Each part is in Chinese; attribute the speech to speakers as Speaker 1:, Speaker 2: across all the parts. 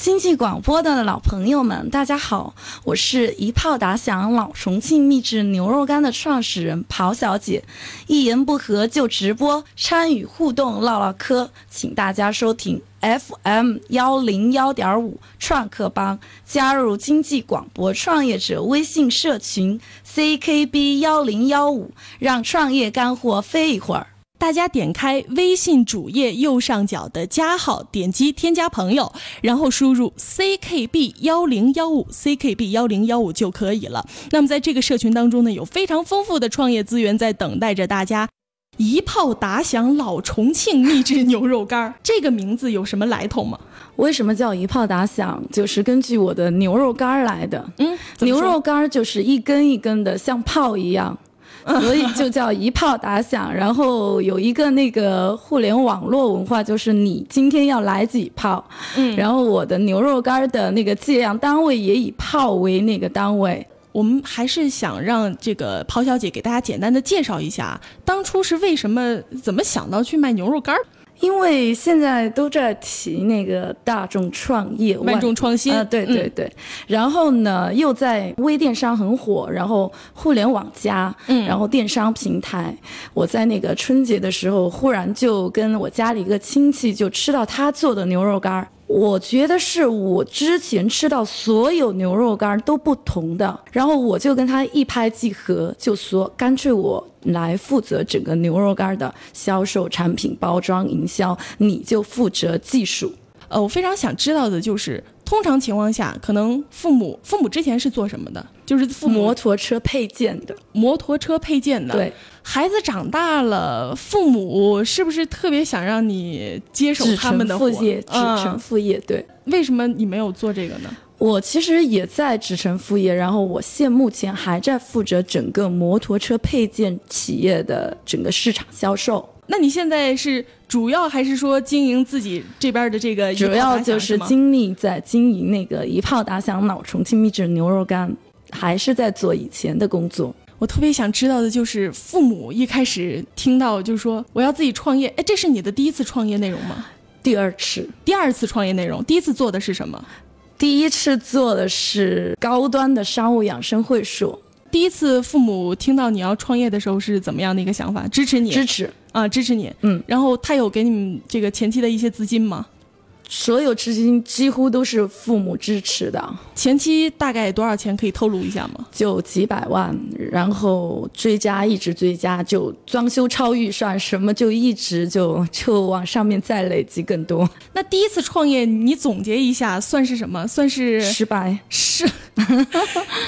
Speaker 1: 经济广播的老朋友们，大家好，我是一炮打响老重庆秘制牛肉干的创始人刨小姐，一言不合就直播，参与互动唠唠嗑，请大家收听 FM 幺零幺点五创客帮，加入经济广播创业者微信社群 CKB 幺零幺五，让创业干货飞一会儿。
Speaker 2: 大家点开微信主页右上角的加号，点击添加朋友，然后输入 ckb 幺零幺五 ckb 幺零幺五就可以了。那么在这个社群当中呢，有非常丰富的创业资源在等待着大家。一炮打响老重庆秘制牛肉干儿 这个名字有什么来头吗？
Speaker 1: 为什么叫一炮打响？就是根据我的牛肉干儿来的。
Speaker 2: 嗯，怎么
Speaker 1: 牛
Speaker 2: 说
Speaker 1: 肉干儿就是一根一根的，像炮一 样，所以就叫一炮打响。然后有一个那个互联网络文化，就是你今天要来几炮。
Speaker 2: 嗯
Speaker 1: 然后我的牛肉干儿的那个计量单位也以炮为那个单位。
Speaker 2: 我们还是想让这个刨小姐给大家简单的介绍一下，当初是为什么怎么想到去卖牛肉干儿、
Speaker 1: 因为现在都在提那个大众创业，
Speaker 2: 万众创新？嗯
Speaker 1: 啊、对对对。然后呢，又在微电商很火，然后互联网加，
Speaker 2: 嗯
Speaker 1: 然后电商平台。我在那个春节的时候，忽然就跟我家里一个亲戚就吃到他做的牛肉干儿。我觉得是我之前吃到所有牛肉干儿都不同的，然后我就跟他一拍即合，就说干脆我来负责整个牛肉干儿的销售、产品包装、营销，你就负责技术。
Speaker 2: 嗯。呃，我非常想知道的就是，通常情况下，可能父母父母之前是做什么的？就是父
Speaker 1: 摩
Speaker 2: 母
Speaker 1: 托车配件的，
Speaker 2: 摩托车配件的。
Speaker 1: 对，
Speaker 2: 孩子长大了，父母是不是特别想让你接手
Speaker 1: 子
Speaker 2: 他们的活？
Speaker 1: 承父业，子承
Speaker 2: 嗯，
Speaker 1: 父业，对。
Speaker 2: 为什么你没有做这个呢？
Speaker 1: 我其实也在子承父业，然后我现目前还在负责整个摩托车配件企业的整个市场销售，
Speaker 2: 那你现在是主要还是说经营自己这边的这个一
Speaker 1: 主
Speaker 2: 号
Speaker 1: 要
Speaker 2: 打
Speaker 1: 就
Speaker 2: 响
Speaker 1: 是
Speaker 2: 吗
Speaker 1: 精力在经营那个一炮打响老重庆秘制牛肉干，还是在做以前的工作。
Speaker 2: 我特别想知道的就是，父母一开始听到就说我要自己创业，哎，这是你的第一次创业内容吗？
Speaker 1: 第二次，
Speaker 2: 第二次创业内容，第一次做的是什么？
Speaker 1: 第一次做的是高端的商务养生会所，
Speaker 2: 第一次父母听到你要创业的时候是怎么样的一个想法？支持你
Speaker 1: 支持
Speaker 2: 啊、支持你。
Speaker 1: 嗯，
Speaker 2: 然后他有给你们这个前期的一些资金吗？
Speaker 1: 所有资金几乎都是父母支持的。
Speaker 2: 前期大概多少钱可以透露一下吗？
Speaker 1: 就几百万，然后追加一直追加，就装修超预算，什么就一直就就往上面再累积更多，
Speaker 2: 那第一次创业，你总结一下算是什么？算是
Speaker 1: 失败。
Speaker 2: 是，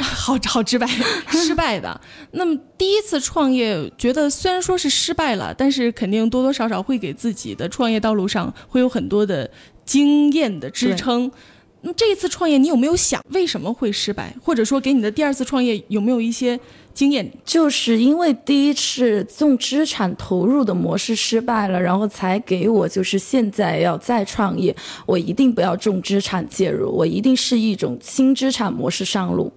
Speaker 2: 好好直白，失败的。那么第一次创业，觉得虽然说是失败了，但是肯定多多少少会给自己的创业道路上会有很多的经验的支撑。那么这一次创业，你有没有想为什么会失败，或者说给你的第二次创业有没有一些经验？
Speaker 1: 就是因为第一次重资产投入的模式失败了，然后才给我就是现在要再创业，我一定不要重资产介入，我一定是一种新资产模式上路，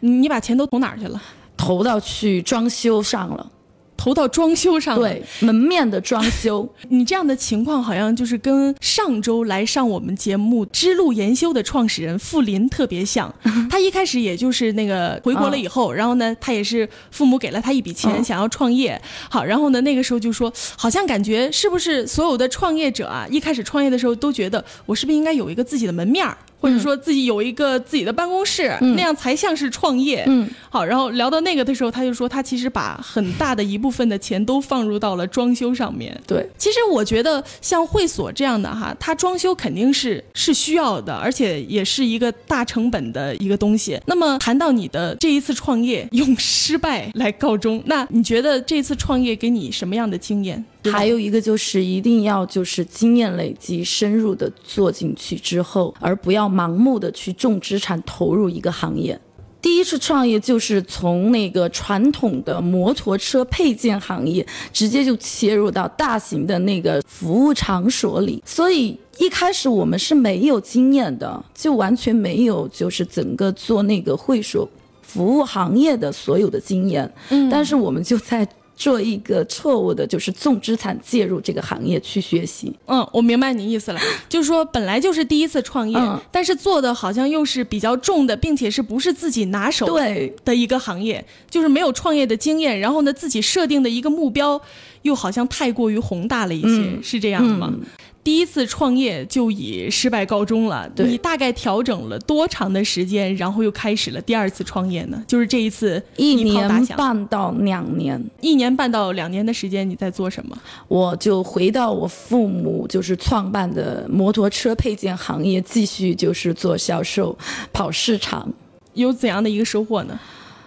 Speaker 2: 你你把钱都投哪儿去了？
Speaker 1: 投到去装修上了，
Speaker 2: 投到装修上了。
Speaker 1: 对门面的装修。
Speaker 2: 你这样的情况好像就是跟上周来上我们节目《知路研修》的创始人傅林特别像。他一开始也就是那个回国了以后，然后呢，他也是父母给了他一笔钱，
Speaker 1: 嗯
Speaker 2: 想要创业。好，然后呢，那个时候就说，好像感觉是不是所有的创业者啊，一开始创业的时候都觉得，我是不是应该有一个自己的门面儿，或者说自己有一个自己的办公室，那样才像是创业。
Speaker 1: 嗯，
Speaker 2: 好，然后聊到那个的时候，他就说，他其实把很大的一部分的钱都放入到了装修上面。
Speaker 1: 对，
Speaker 2: 其实我觉得像会所这样的哈，它装修肯定是是需要的，而且也是一个大成本的一个东西。那么谈到你的这一次创业，用失败来告终，那你觉得这次创业给你什么样的经验？
Speaker 1: 还有一个就是一定要就是经验累积，深入的做进去之后，而不要盲目的去重资产投入一个行业。第一次创业就是从那个传统的摩托车配件行业，直接就切入到大型的那个服务场所里，所以一开始我们是没有经验的，就完全没有就是整个做那个会所服务行业的所有的经验，嗯，但是我们就在做一个错误的，就是重资产介入这个行业去学习。
Speaker 2: 嗯，我明白你意思了，就是说本来就是第一次创业，
Speaker 1: 嗯
Speaker 2: 但是做的好像又是比较重的，并且是不是自己拿手
Speaker 1: 对，
Speaker 2: 的一个行业，就是没有创业的经验，然后呢自己设定的一个目标又好像太过于宏大了一些，
Speaker 1: 嗯
Speaker 2: 是这样的吗？
Speaker 1: 嗯
Speaker 2: 第一次创业就以失败告终了，
Speaker 1: 对
Speaker 2: 你大概调整了多长的时间，然后又开始了第二次创业呢？就是这一次
Speaker 1: 一
Speaker 2: 炮打
Speaker 1: 年
Speaker 2: 响，
Speaker 1: 半到两年，
Speaker 2: 一年半到两年的时间你在做什么？
Speaker 1: 我就回到我父母就是创办的摩托车配件行业，继续就是做销售、跑市场。
Speaker 2: 有怎样的一个收获呢？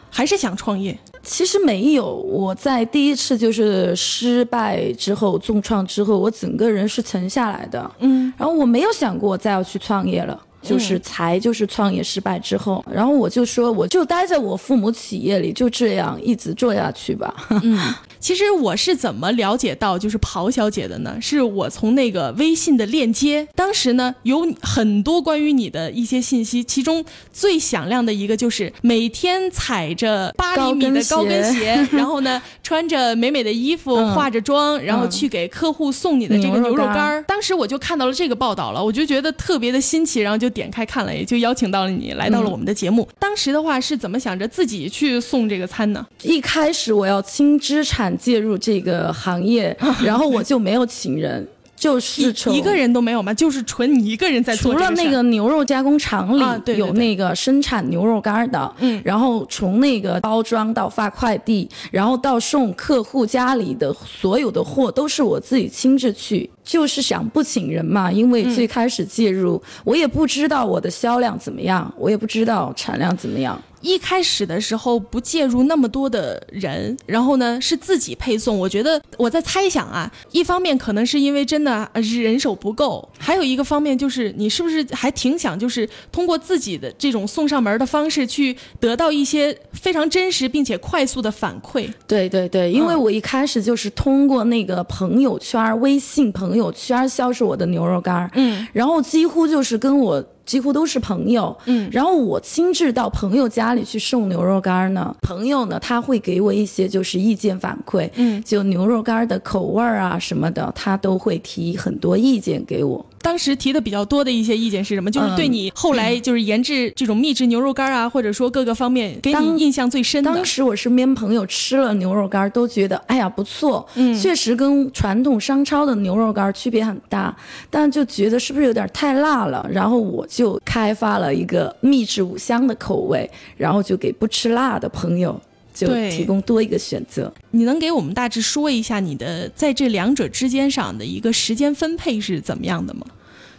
Speaker 2: 还是想创业？
Speaker 1: 其实没有，我在第一次就是失败之后、重创之后，我整个人是沉下来的。
Speaker 2: 嗯，
Speaker 1: 然后我没有想过我再要去创业了。就是才就是创业失败之后，然后我就说我就待在我父母企业里，就这样一直做下去吧。
Speaker 2: 嗯其实我是怎么了解到就是刨小姐的呢？是我从那个微信的链接，当时呢有很多关于你的一些信息，其中最响亮的一个就是每天踩着八厘米的高
Speaker 1: 高
Speaker 2: 跟
Speaker 1: 跟
Speaker 2: 鞋，然后呢穿着美美的衣服，
Speaker 1: 嗯
Speaker 2: 化着妆，然后
Speaker 1: 嗯
Speaker 2: 去给客户送你的这个牛
Speaker 1: 牛肉
Speaker 2: 肉干
Speaker 1: 干
Speaker 2: 儿。当时我就看到了这个报道了，我就觉得特别的新奇，然后就点开看了，也就邀请到了你来到了
Speaker 1: 嗯
Speaker 2: 我们的节目。当时的话是怎么想着自己去送这个餐呢？
Speaker 1: 一开始我要轻资产介入这个行 业，然后我就没有请人，就是从
Speaker 2: 一一个人都没有吗？就是纯你一个人在做
Speaker 1: 除
Speaker 2: 这
Speaker 1: 了那
Speaker 2: 事儿
Speaker 1: 个牛肉加工厂
Speaker 2: 啊对
Speaker 1: 里
Speaker 2: 对
Speaker 1: 有那个生产牛肉干的，
Speaker 2: 嗯
Speaker 1: 然后从那个包装到发快递，然后到送客户家里的所有的货都是我自己亲自去，就是想不请人嘛，因为
Speaker 2: 嗯
Speaker 1: 最开始介入，我也不知道我的销量怎么样，我也不知道产量怎么样，
Speaker 2: 一开始的时候不介入那么多的人，然后呢是自己配送。我觉得我在猜想啊，一方面可能是因为真的呃人手不够，还有一个方面就是你是不是还挺想就是通过自己的这种送上门的方式去得到一些非常真实并且快速的反馈。
Speaker 1: 对对对，因为
Speaker 2: 嗯
Speaker 1: 我一开始就是通过那个朋友圈儿、微信朋友圈儿销售我的牛肉干儿，
Speaker 2: 嗯
Speaker 1: 然后几乎就是跟我几乎都是朋友，
Speaker 2: 嗯
Speaker 1: 然后我亲自到朋友家里去送牛肉干儿呢，朋友呢他会给我一些就是意见反馈，
Speaker 2: 嗯，
Speaker 1: 就牛肉干儿的口味儿啊什么的，他都会提很多意见给我。
Speaker 2: 当时提的比较多的一些意见是什么？就是对你后来就是研制这种秘制牛肉干啊，或者说各个方面给你
Speaker 1: 当
Speaker 2: 印象最深的。
Speaker 1: 当时我身边朋友吃了牛肉干儿，都觉得哎呀不错，
Speaker 2: 嗯
Speaker 1: 确实跟传统商超的牛肉干儿区别很大，但就觉得是不是有点太辣了？然后我就开发了一个秘制五香的口味，然后就给不吃辣的朋友就
Speaker 2: 对
Speaker 1: 提供多一个选择。
Speaker 2: 你能给我们大致说一下你的在这两者之间上的一个时间分配是怎么样的吗？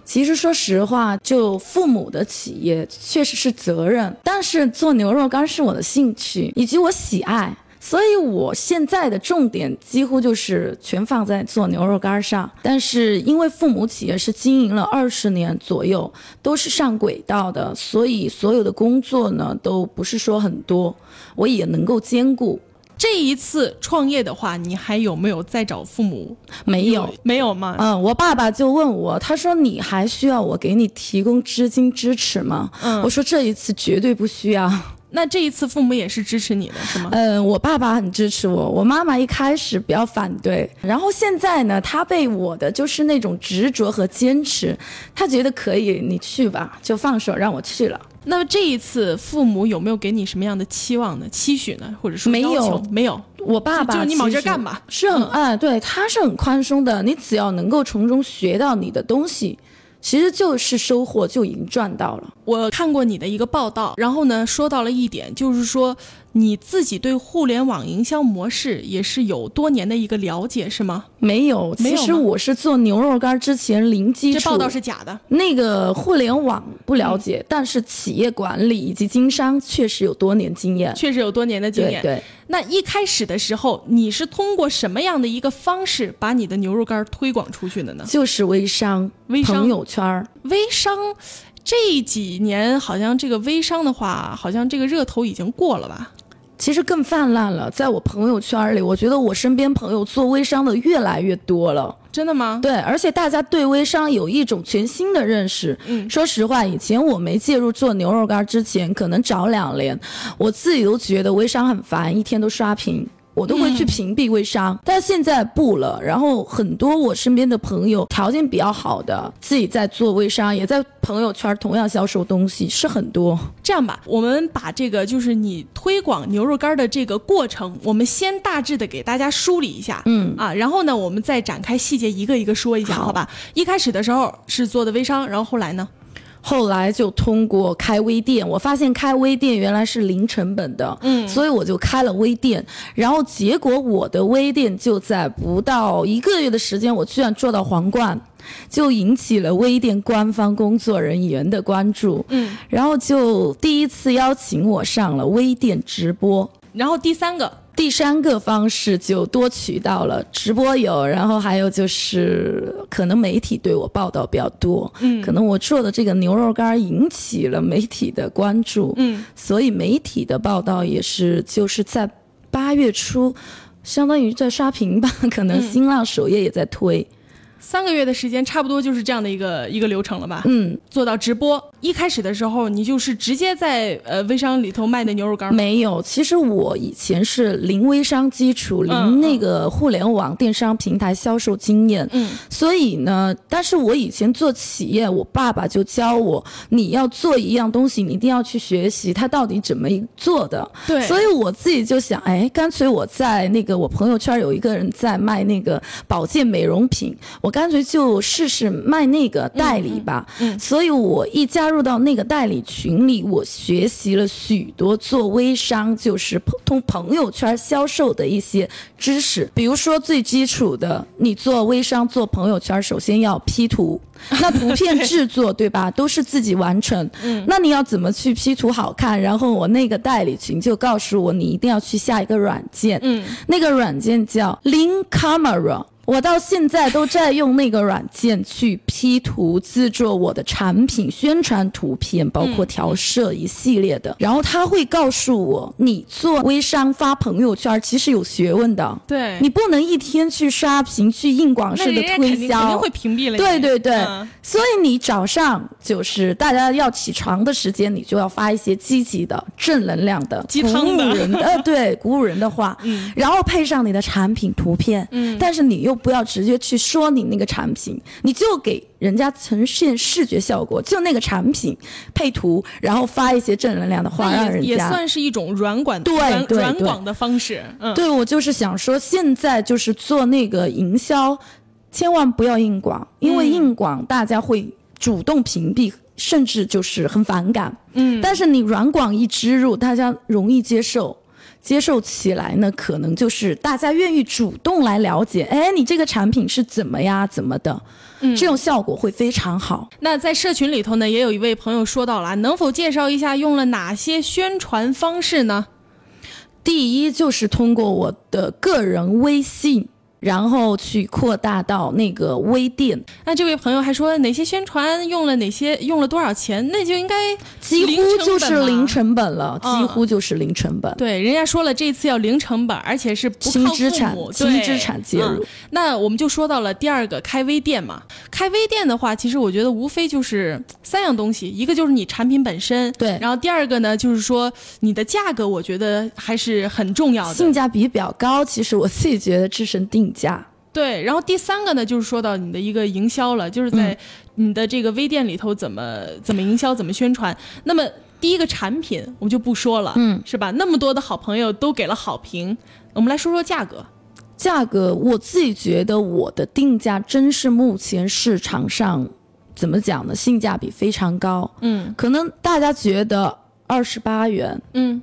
Speaker 1: 其实说实话，就父母的企业确实是责任，但是做牛肉干是我的兴趣以及我喜爱，所以我现在的重点几乎就是全放在做牛肉干上。但是因为父母企业是经营了二十年左右，都是上轨道的，所以所有的工作呢都不是说很多，我也能够兼顾。
Speaker 2: 这一次创业的话，你还有没有再找父母？
Speaker 1: 没有，
Speaker 2: 没有吗？
Speaker 1: 嗯，我爸爸就问我，他说你还需要我给你提供资金支持吗？
Speaker 2: 嗯
Speaker 1: 我说这一次绝对不需 要。
Speaker 2: 那这一次父母也是支持你的，是吗？
Speaker 1: 嗯，我爸爸很支持我，我妈妈一开始比较反对，然后现在呢，她被我的就是那种执着和坚持，她觉得可以，你去吧，就放手让我去了。
Speaker 2: 那么这一次父母有没有给你什么样的期望呢？期许呢？或者说
Speaker 1: 没有
Speaker 2: 要求没有，
Speaker 1: 我爸
Speaker 2: 就
Speaker 1: 爸
Speaker 2: 是你卯劲儿
Speaker 1: 其实
Speaker 2: 干嗯吧。
Speaker 1: 是很哎，对，他是很宽松的，你只要能够从中学到你的东西，其实就是收获就已经赚到了。
Speaker 2: 我看过你的一个报道，然后呢，说到了一点，就是说你自己对互联网营销模式也是有多年的一个了解，是吗？
Speaker 1: 没有，
Speaker 2: 没
Speaker 1: 其
Speaker 2: 有
Speaker 1: 实
Speaker 2: 吗
Speaker 1: 我是做牛肉干之前零基
Speaker 2: 这
Speaker 1: 础。
Speaker 2: 报道是嗯假的。
Speaker 1: 那个互联网不了解，但是企业管理以及经商确实有多年经验。
Speaker 2: 确实有多年的经
Speaker 1: 对
Speaker 2: 验。
Speaker 1: 对，
Speaker 2: 那一开始的时候，你是通过什么样的一个方式把你的牛肉干儿推广出去的呢？
Speaker 1: 就是微商、
Speaker 2: 微
Speaker 1: 朋
Speaker 2: 嗯商，
Speaker 1: 友圈儿。
Speaker 2: 微商这几年好像这个微商的话，好像这个热头已经过了吧？
Speaker 1: 其实更泛滥了，在我朋友圈儿里，我觉得我身边朋友做微商的越来越多了。
Speaker 2: 真的吗？
Speaker 1: 对，而且大家对微商有一种全新的认识。
Speaker 2: 嗯
Speaker 1: 说实话，以前我没介入做牛肉干之前，可能早两年，我自己都觉得微商很烦，一天都刷屏。我都会
Speaker 2: 嗯
Speaker 1: 去屏蔽微商。但现在不了，然后很多我身边的朋友条件比较好的，自己在做微商，也在朋友圈同样销售东西，是很多。
Speaker 2: 这样吧，我们把这个就是你推广牛肉干的这个过程，我们先大致的给大家梳理一下，嗯啊，然后呢，我们再展开细节一个一个说一下，好
Speaker 1: 好
Speaker 2: 吧？一开始的时候是做的微商，然后后来呢？
Speaker 1: 后来就通过开微店，我发现开微店原来是零成本的，嗯，所以我就开了微店。然后结果我的微店就在不到一个月的时间，我居然做到皇冠，就引起了微店官方工作人员的关注，嗯，然后就第一次邀请我上了微店直播。
Speaker 2: 然后第三个，
Speaker 1: 第三个方式就多渠道了，直播有，然后还有就是可能媒体对我报道比较多，嗯，可能我做的这个牛肉干儿引起了媒体的关注，
Speaker 2: 嗯，
Speaker 1: 所以媒体的报道也是就是在八月初，相当于在刷屏吧，可能新浪首页也在推，
Speaker 2: 三个月的时间，差不多就是这样的一个一个流程了吧？
Speaker 1: 嗯，
Speaker 2: 做到直播，一开始的时候，你就是直接在呃微商里头卖的牛肉干吗，
Speaker 1: 没有，其实我以前是零微商基础，
Speaker 2: 嗯
Speaker 1: 零那个互联网电商平台销售经验，
Speaker 2: 嗯，
Speaker 1: 所以呢，但是我以前做企业，我爸爸就教我，你要做一样东西，你一定要去学习它到底怎么做的，
Speaker 2: 对，
Speaker 1: 所
Speaker 2: 以
Speaker 1: 以我自己就想，哎，干脆我在那个我朋友圈有一个人在卖那个保健美容品，我干脆就试试卖那个代理吧。
Speaker 2: 嗯嗯
Speaker 1: 所以我一加入到那个代理群里，我学习了许多做微商，就是普通朋友圈销售的一些知识，比如说最基础的，你做微商做朋友圈，首先要 P 图，那图 片制作对吧，都是自己完成。
Speaker 2: 嗯
Speaker 1: 那你要怎么去 P 图好看？然后我那个代理群就告诉我，你一定要去下一个软件，
Speaker 2: 嗯，
Speaker 1: 那个软件叫 Lean Camera。我到现在都在用那个软件去 P 图，制作我的产品宣传图片，包括调色一系列
Speaker 2: 嗯
Speaker 1: 的。然后他会告诉我，你做微商发朋友圈其实有学问的，
Speaker 2: 对，
Speaker 1: 你不能一天去刷屏、去硬广
Speaker 2: 那
Speaker 1: 式
Speaker 2: 人
Speaker 1: 的
Speaker 2: 家肯
Speaker 1: 推
Speaker 2: 定肯定
Speaker 1: 销
Speaker 2: 会。屏蔽了你，
Speaker 1: 对对对，
Speaker 2: 嗯
Speaker 1: 所以你早上就是大家要起床的时间，你就要发一些积极的、正能量的、
Speaker 2: 鸡
Speaker 1: 鼓
Speaker 2: 汤
Speaker 1: 舞
Speaker 2: 的
Speaker 1: 人的，呃，对，鼓舞人的话，
Speaker 2: 嗯
Speaker 1: 然后配上你的产品图片，但是你又不要直接去说你那个产品，你就给人家呈现视觉效果，就那个产品配图，然后发一些正能量的话，让
Speaker 2: 那也
Speaker 1: 人
Speaker 2: 也
Speaker 1: 家
Speaker 2: 算是一种软广
Speaker 1: 对
Speaker 2: 软
Speaker 1: 对
Speaker 2: 软
Speaker 1: 对
Speaker 2: 广的方式， 嗯，
Speaker 1: 对，我就是想说，现在就是做那个营销，千万不要硬广，因为硬广大家会主动屏蔽，甚至就是很反感。嗯，但是你软广一植入，大家容易接受。接受起来呢，可能就是大家愿意主动来了解，哎，你这个产品是怎么呀，怎么的，这种效果会非常好。
Speaker 2: 那在社群里头呢，也有一位朋友说到了啊，能否介绍一下用了哪些宣传方式呢？
Speaker 1: 第一就是通过我的个人微信，然后去扩大到那个微店，
Speaker 2: 那这位朋友还说哪些宣传用了哪些用了多少钱，那就应该
Speaker 1: 几乎就是零
Speaker 2: 成
Speaker 1: 成本了，
Speaker 2: 嗯
Speaker 1: 几乎就是零成本，
Speaker 2: 对，人家说了这次要零成本，而且是不
Speaker 1: 轻
Speaker 2: 靠
Speaker 1: 资
Speaker 2: 父
Speaker 1: 产
Speaker 2: 母，
Speaker 1: 轻资产介。
Speaker 2: 对
Speaker 1: 入
Speaker 2: 嗯，那我们就说到了第二个开微店嘛，开微店的话，其实我觉得无非就是三样东西，一个就是你产品本身，
Speaker 1: 对
Speaker 2: 然后第二个呢就是说你的价格，我觉得还是很重要的，
Speaker 1: 性价比比较高。其实我自己觉得自身定价，
Speaker 2: 对，然后第三个呢，就是说到你的一个营销了，就是在
Speaker 1: 嗯
Speaker 2: 你的这个微店里头怎么怎么营销，怎么宣传。那么第一个产品我就不说了，嗯，是吧？那么多的好朋友都给了好评，我们来说说价格。
Speaker 1: 价格我自己觉得我的定价真是目前市场上怎么讲呢，性价比非常高。
Speaker 2: 嗯
Speaker 1: 可能大家觉得二十八元，
Speaker 2: 嗯，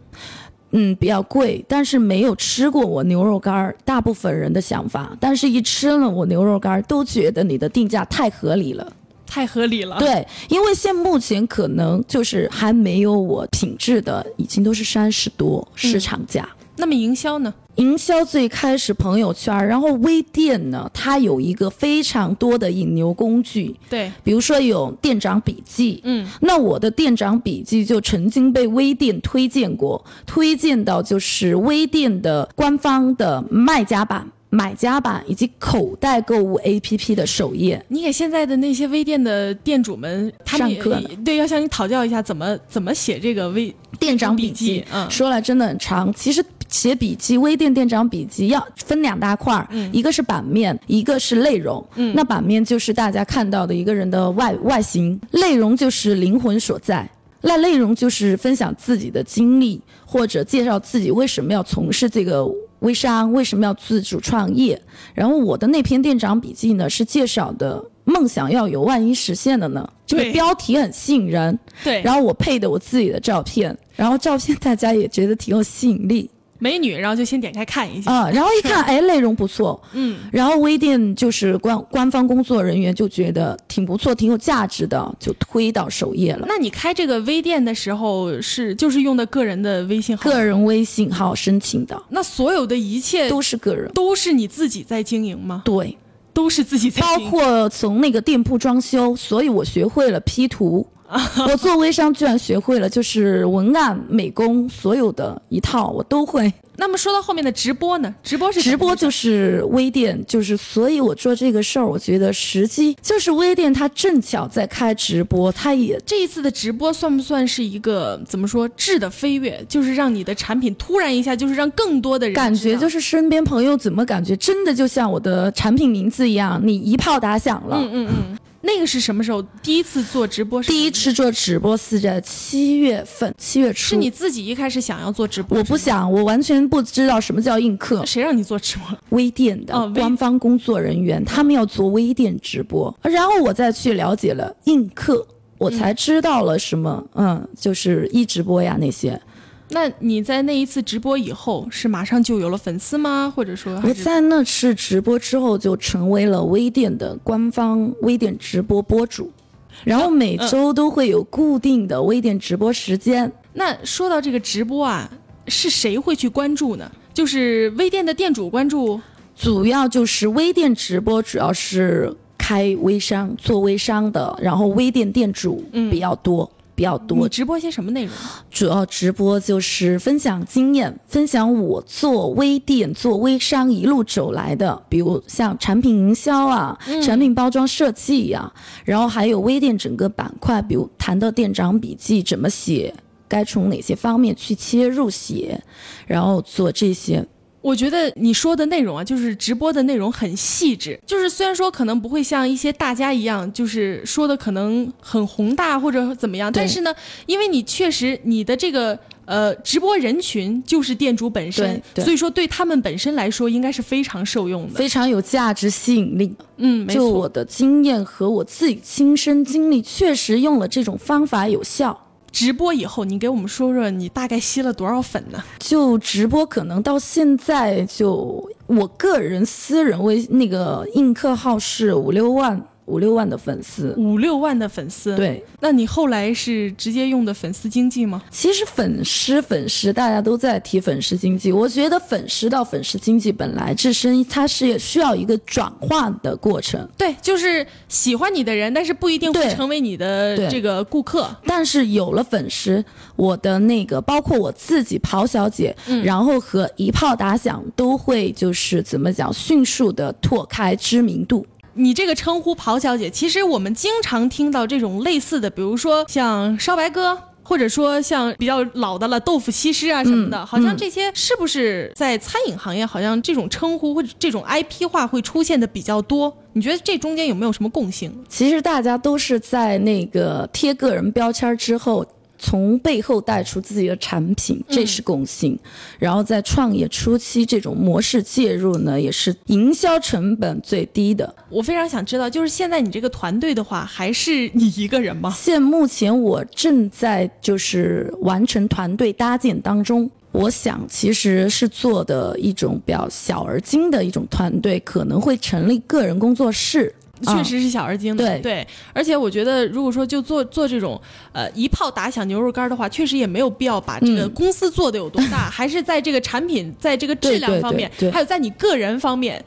Speaker 1: 嗯，比较贵，但是没有吃过我牛肉干儿，大部分人的想法，但是一吃了我牛肉干儿，都觉得你的定价太合理了。
Speaker 2: 太合理 了。
Speaker 1: 对，因为现目前可能就是还没有我品质的，已经都是三十多市场价。
Speaker 2: 那么营销呢？
Speaker 1: 营销最开始朋友圈儿，然后微店呢，它有一个非常多的引流工具，
Speaker 2: 对，
Speaker 1: 比如说有店长笔记，
Speaker 2: 嗯，
Speaker 1: 那我的店长笔记就曾经被微店推荐过，推荐到就是微店的官方的卖家版、买家版以及口袋购物 APP 的首页。
Speaker 2: 你给现在的那些微店的店主们，他们
Speaker 1: 上课
Speaker 2: 也对要向你讨教一下怎么怎么写这个微
Speaker 1: 店长
Speaker 2: 笔
Speaker 1: 笔记，
Speaker 2: 嗯
Speaker 1: 说来真的很长。其实企业笔记、微店店长笔记要分两大块儿，一个是版面，一个是内容。那版面就是大家看到的一个人的外外形，内容就是灵魂所在。那内容就是分享自己的经历，或者介绍自己为什么要从事这个微商，为什么要自主创业。然后我的那篇店长笔记呢，是介绍的梦想要有万一实现的呢，这个
Speaker 2: 对
Speaker 1: 标题很吸引人。
Speaker 2: 对，
Speaker 1: 然
Speaker 2: 后
Speaker 1: 后我配的我自己的照片，然后照片大家也觉得挺有吸引力
Speaker 2: 美女，然后就先点开看一下，
Speaker 1: 啊、然后一看，哎，内容不错，
Speaker 2: 嗯，
Speaker 1: 然后微店就是官官方工作人员就觉得挺不错，挺有价值的，就推到首页了。
Speaker 2: 那你开这个微店的时候是就是用的个人的微信号吗，
Speaker 1: 个人微信号申请的
Speaker 2: 那所有的一切
Speaker 1: 都是个人，
Speaker 2: 都是你自己在经营吗？
Speaker 1: 对，
Speaker 2: 都是自己在
Speaker 1: 包
Speaker 2: 经营，
Speaker 1: 括从那个店铺装修，所以我学会了 P 图。我做微商居然学会了，就是文案、美工所有的一套我都会。
Speaker 2: 那么说到后面的直播呢？直播是
Speaker 1: 直播
Speaker 2: 什么
Speaker 1: 就是微店，就是所以我做这个事儿，我觉得时机就是微店，它正巧在开直播，它也
Speaker 2: 这一次的直播算不算是一个怎么说质的飞跃？就是让你的产品突然一下，就是让更多的人
Speaker 1: 感觉就是是身边朋友怎么感觉真的就像我的产品名字一样，你一炮打响了。
Speaker 2: 嗯嗯嗯，那个是什么时候？第一次做直播是
Speaker 1: 第一
Speaker 2: 什么
Speaker 1: 次做直播是在七月份，七月初。
Speaker 2: 是你自己一开始想要做直播，
Speaker 1: 我不
Speaker 2: 是吗，
Speaker 1: 想，我完全不知道什么叫映客。
Speaker 2: 谁让你做直播 了？
Speaker 1: 微店的
Speaker 2: 哦微嗯
Speaker 1: 官方工作人员，他们要做微店直播，然后我再去了解了映客，我才知道了什么，嗯，就是一直播呀那些。
Speaker 2: 啊那你在那一次直播以后，是马上就有了粉丝吗？或者说还
Speaker 1: 我
Speaker 2: 是
Speaker 1: 在那次直播之后，就成为了微店的官方微店直播播主，然后每
Speaker 2: 嗯
Speaker 1: 周都会有固定的微店直播时间。
Speaker 2: 那说到这个直播啊，是谁会去关注呢？就是微店的店主关注，
Speaker 1: 主要就是微店直播，主要是开微商、做微商的，然后微店店主
Speaker 2: 嗯
Speaker 1: 比较多，比较多
Speaker 2: 你。直播些什么内容？
Speaker 1: 主要直播就是分享经验，分享我做微店、做微商一路走来的，比如像产品营销啊、
Speaker 2: 嗯
Speaker 1: 产品包装设计呀、然后还有微店整个板块，比如谈到店长笔记怎么写，该从哪些方面去切入写，然后做这些。
Speaker 2: 我觉得你说的内容啊，就是直播的内容很细致，就是虽然说可能不会像一些大家一样，就是说的可能很宏大或者怎么样，
Speaker 1: 对
Speaker 2: 但是呢，因为你确实你的这个呃直播人群就是店主本身
Speaker 1: 对，对
Speaker 2: 所以说对他们本身来说应该是非常受用的。
Speaker 1: 非常有价值、吸引力。
Speaker 2: 嗯，没
Speaker 1: 就
Speaker 2: 错。
Speaker 1: 我的经验和我自己亲身经历，确实用了这种方法有效。
Speaker 2: 直播以后，你给我们说说你大概吸了多少粉呢？
Speaker 1: 就直播可能到现在就我个人私人微那个映客号是五六万五六万的粉丝。
Speaker 2: 五六万的粉丝，，
Speaker 1: 对，
Speaker 2: 那你后来是直接用的粉丝经济吗？
Speaker 1: 其实粉丝粉丝大家都在提粉丝经济，我觉得粉丝到粉丝经济本来自身它是也需要一个转换的过程，
Speaker 2: 对，就是喜欢你的人，但是不一定会
Speaker 1: 对
Speaker 2: 成为你的
Speaker 1: 对
Speaker 2: 这个顾客。
Speaker 1: 但是有了粉丝，我的那个包括我自己跑小姐，然后和一炮打响都会就是怎么讲，迅速的拓开知名度。
Speaker 2: 你这个称呼“跑小姐”，其实我们经常听到这种类似的，比如说像烧白哥。或者说像比较老的了，豆腐西施啊什么的，
Speaker 1: 嗯
Speaker 2: 好像这些是不是在餐饮行业，好像这种称呼或者这种 IP 化会出现的比较多？你觉得这中间有没有什么共性？
Speaker 1: 其实大家都是在那个贴个人标签之后，从背后带出自己的产品，这是共性。然后在创业初期，这种模式介入呢，也是营销成本最低的。
Speaker 2: 我非常想知道，就是现在你这个团队的话，还是你一个人吗？
Speaker 1: 现目前我正在就是完成团队搭建当中。我想，其实是做的一种比较小而精的一种团队，可能会成立个人工作室。
Speaker 2: 确
Speaker 1: 嗯
Speaker 2: 实是小而精的，
Speaker 1: 对
Speaker 2: 而且我觉得，如果说就做做这种呃一炮打响牛肉干的话，确实也没有必要把这个
Speaker 1: 嗯
Speaker 2: 公司做的有多大，还是在这个产品在这个质量
Speaker 1: 对对
Speaker 2: 方面，
Speaker 1: 对对
Speaker 2: 还有在你个人方面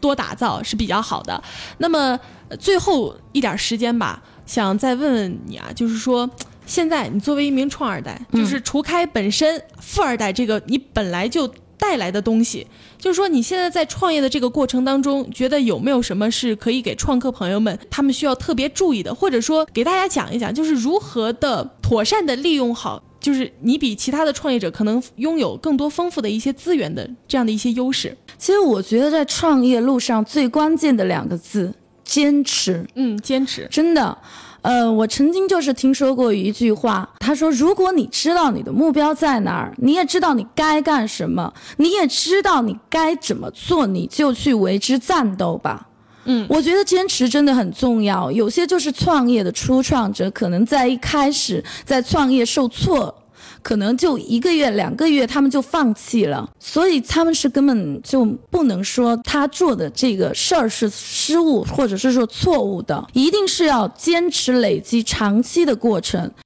Speaker 2: 多打造是比较好的。那么、呃最后一点时间吧，想再问问你啊，就是说。现在你作为一名创二代，
Speaker 1: 嗯
Speaker 2: 就是除开本身富二代这个你本来就带来的东西，就是说你现在在创业的这个过程当中，觉得有没有什么是可以给创客朋友们他们需要特别注意的，或者说给大家讲一讲，就是如何的妥善的利用好。就是你比其他的创业者可能拥有更多丰富的一些资源的这样的一些优势。
Speaker 1: 其实我觉得在创业路上最关键的两个字，坚持。
Speaker 2: 嗯，坚持。
Speaker 1: 真的，呃，我曾经就是听说过一句话，他说：“如果你知道你的目标在哪儿，你也知道你该干什么，你也知道你该怎么做，你就去为之战斗吧。”
Speaker 2: 嗯，
Speaker 1: 我觉得坚持真的很重要。有些就是创业的初创者，可能在一开始在创业受挫，可能就一个月、两个月，他们就放弃了。所以他们是根本就不能说他做的这个事儿是失误，或者是说错误的，一定是要坚持累积长期的过程。